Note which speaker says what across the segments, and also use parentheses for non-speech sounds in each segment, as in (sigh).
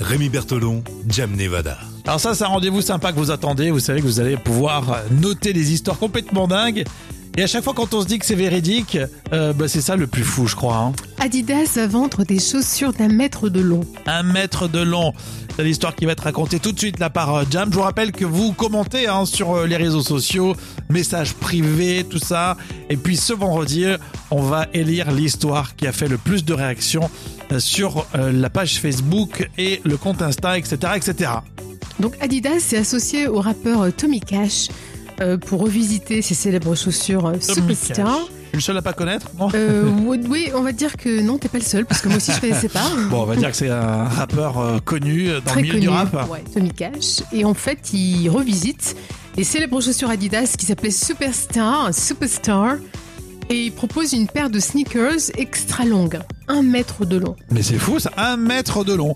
Speaker 1: Rémi Bertolon, Jam Nevada.
Speaker 2: Alors ça, c'est un rendez-vous sympa que vous attendez. Vous savez que vous allez pouvoir euh, noter des histoires complètement dingues. Et à chaque fois quand on se dit que c'est véridique, euh, bah, c'est ça le plus fou, je crois. hein.
Speaker 3: Adidas va vendre des chaussures d'un mètre de long.
Speaker 2: un mètre de long. C'est l'histoire qui va être racontée tout de suite là par euh, Jam. Je vous rappelle que vous commentez hein, sur euh, les réseaux sociaux, messages privés, tout ça. Et puis ce vendredi, on va élire l'histoire qui a fait le plus de réactions euh, sur euh, la page Facebook et le compte Insta, etc., etc.
Speaker 3: Donc Adidas s'est associé au rappeur Tommy Cash euh, pour revisiter ses célèbres chaussures euh,
Speaker 2: Tommy Cash.
Speaker 3: Superstar.
Speaker 2: Je suis le seul à pas connaître. non
Speaker 3: Euh, (laughs) oui, oui, on va dire que non, t'es pas le seul, parce que moi aussi
Speaker 2: (laughs)
Speaker 3: je connaissais pas.
Speaker 2: Bon, on va dire que c'est un rappeur euh, connu euh, dans
Speaker 3: Très
Speaker 2: le milieu
Speaker 3: connu,
Speaker 2: du rap.
Speaker 3: ouais, Tommy Cash. Et en fait, il revisite les célèbres chaussures Adidas qui s'appelaient Superstar, Superstar. Et il propose une paire de sneakers extra longues, un mètre de long.
Speaker 2: Mais c'est fou, ça, un mètre de long.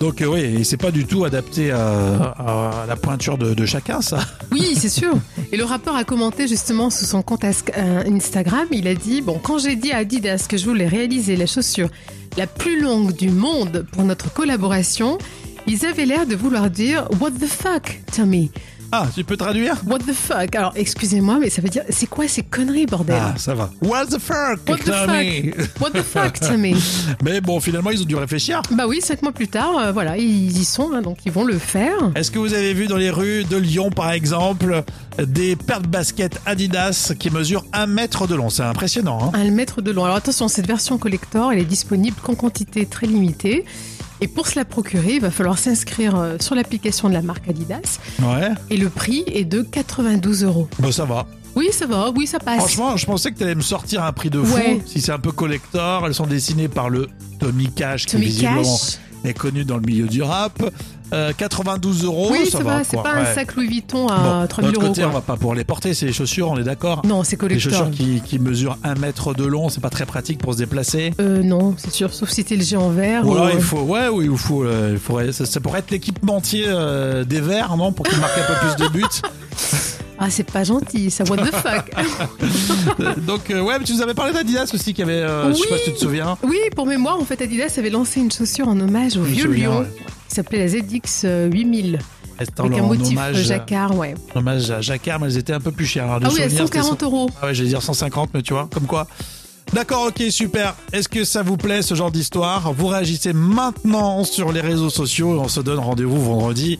Speaker 2: Donc euh, oui, et c'est pas du tout adapté euh, à, la pointure de, de chacun, ça.
Speaker 3: Oui, c'est sûr. Et le rappeur a commenté justement sous son compte as- euh, Instagram, il a dit Bon, quand j'ai dit à Adidas que je voulais réaliser la chaussure la plus longue du monde pour notre collaboration, ils avaient l'air de vouloir dire What the fuck, Tommy
Speaker 2: Ah, tu peux traduire
Speaker 3: What the fuck Alors, excusez-moi, mais ça veut dire C'est quoi ces conneries, bordel
Speaker 2: Ah, ça va. What the fuck,
Speaker 3: Ben What the
Speaker 2: Tommy
Speaker 3: fuck What the fuck, Tommy
Speaker 2: Mais bon, finalement, ils ont dû réfléchir.
Speaker 3: Bah oui, cinq mois plus tard, euh, voilà, ils y sont, hein, donc ils vont le faire.
Speaker 2: Est-ce que vous avez vu dans les rues de Lyon, par exemple, des paires de baskets Adidas qui mesurent un mètre de long C'est impressionnant, hein
Speaker 3: Un mètre de long. Alors attention, cette version collector, elle est disponible qu'en quantité très limitée. Et pour se la procurer, il va falloir s'inscrire euh, sur l'application de la marque Adidas.
Speaker 2: Ouais,
Speaker 3: Et le prix est de 92 euros.
Speaker 2: bah hein? ça va.
Speaker 3: Oui, ça va, oui, ça passe.
Speaker 2: Franchement, je pensais que t'allais me sortir un prix de fou.
Speaker 3: Ah, Ouais.
Speaker 2: Si c'est un peu collector, elles sont dessinées par le Tommy Cash, qui
Speaker 3: Tommy
Speaker 2: visiblement
Speaker 3: Cash.
Speaker 2: est connu dans le milieu du rap. Euh, 92 euros,
Speaker 3: oui,
Speaker 2: ça
Speaker 3: ça
Speaker 2: va.
Speaker 3: va, c'est
Speaker 2: quoi.
Speaker 3: pas un
Speaker 2: Ouais.
Speaker 3: sac Louis Vuitton
Speaker 2: Bon,
Speaker 3: à 3000
Speaker 2: d'un
Speaker 3: euros.
Speaker 2: côté, on va
Speaker 3: quoi.
Speaker 2: pas pour les porter, c'est les chaussures, on est d'accord.
Speaker 3: Non, c'est
Speaker 2: Les
Speaker 3: collector.
Speaker 2: chaussures qui, qui mesurent un mètre de long, c'est pas très pratique pour se déplacer.
Speaker 3: Euh, non, c'est sûr, sauf si t'es le géant vert.
Speaker 2: Ou
Speaker 3: ou,
Speaker 2: alors il
Speaker 3: euh,
Speaker 2: faut, ouais, oui, il faut, euh, il faudrait- ça, ça pourrait être l'équipementier euh, des Verts, non, pour qu'ils marquent un peu plus de
Speaker 3: (laughs)
Speaker 2: buts.
Speaker 3: Ah, c'est pas gentil, ça, what the fuck.
Speaker 2: (laughs) Euh, Donc euh, ouais, mais tu nous avais parlé d'Adidas aussi, qui avait, euh, je sais pas
Speaker 3: Oui.
Speaker 2: si tu te souviens.
Speaker 3: Oui, pour mémoire, en fait, Adidas avait lancé une chaussure en hommage au
Speaker 2: Je me
Speaker 3: vieux
Speaker 2: souviens,
Speaker 3: lion.
Speaker 2: ouais.
Speaker 3: qui s'appelait la ZX euh, 8000,
Speaker 2: C'était
Speaker 3: avec un
Speaker 2: en
Speaker 3: motif euh,
Speaker 2: hommage,
Speaker 3: jacquard, ouais.
Speaker 2: euh, hommage à Jacquard, mais elles étaient un peu plus chères. Alors, de
Speaker 3: Ah oui, à
Speaker 2: souvenir, c'était
Speaker 3: 140 euros.
Speaker 2: Ah ouais, j'allais dire 150, mais tu vois, comme quoi. D'accord, ok, super. Est-ce que ça vous plaît ce genre d'histoire Vous réagissez maintenant sur les réseaux sociaux et on se donne rendez-vous vendredi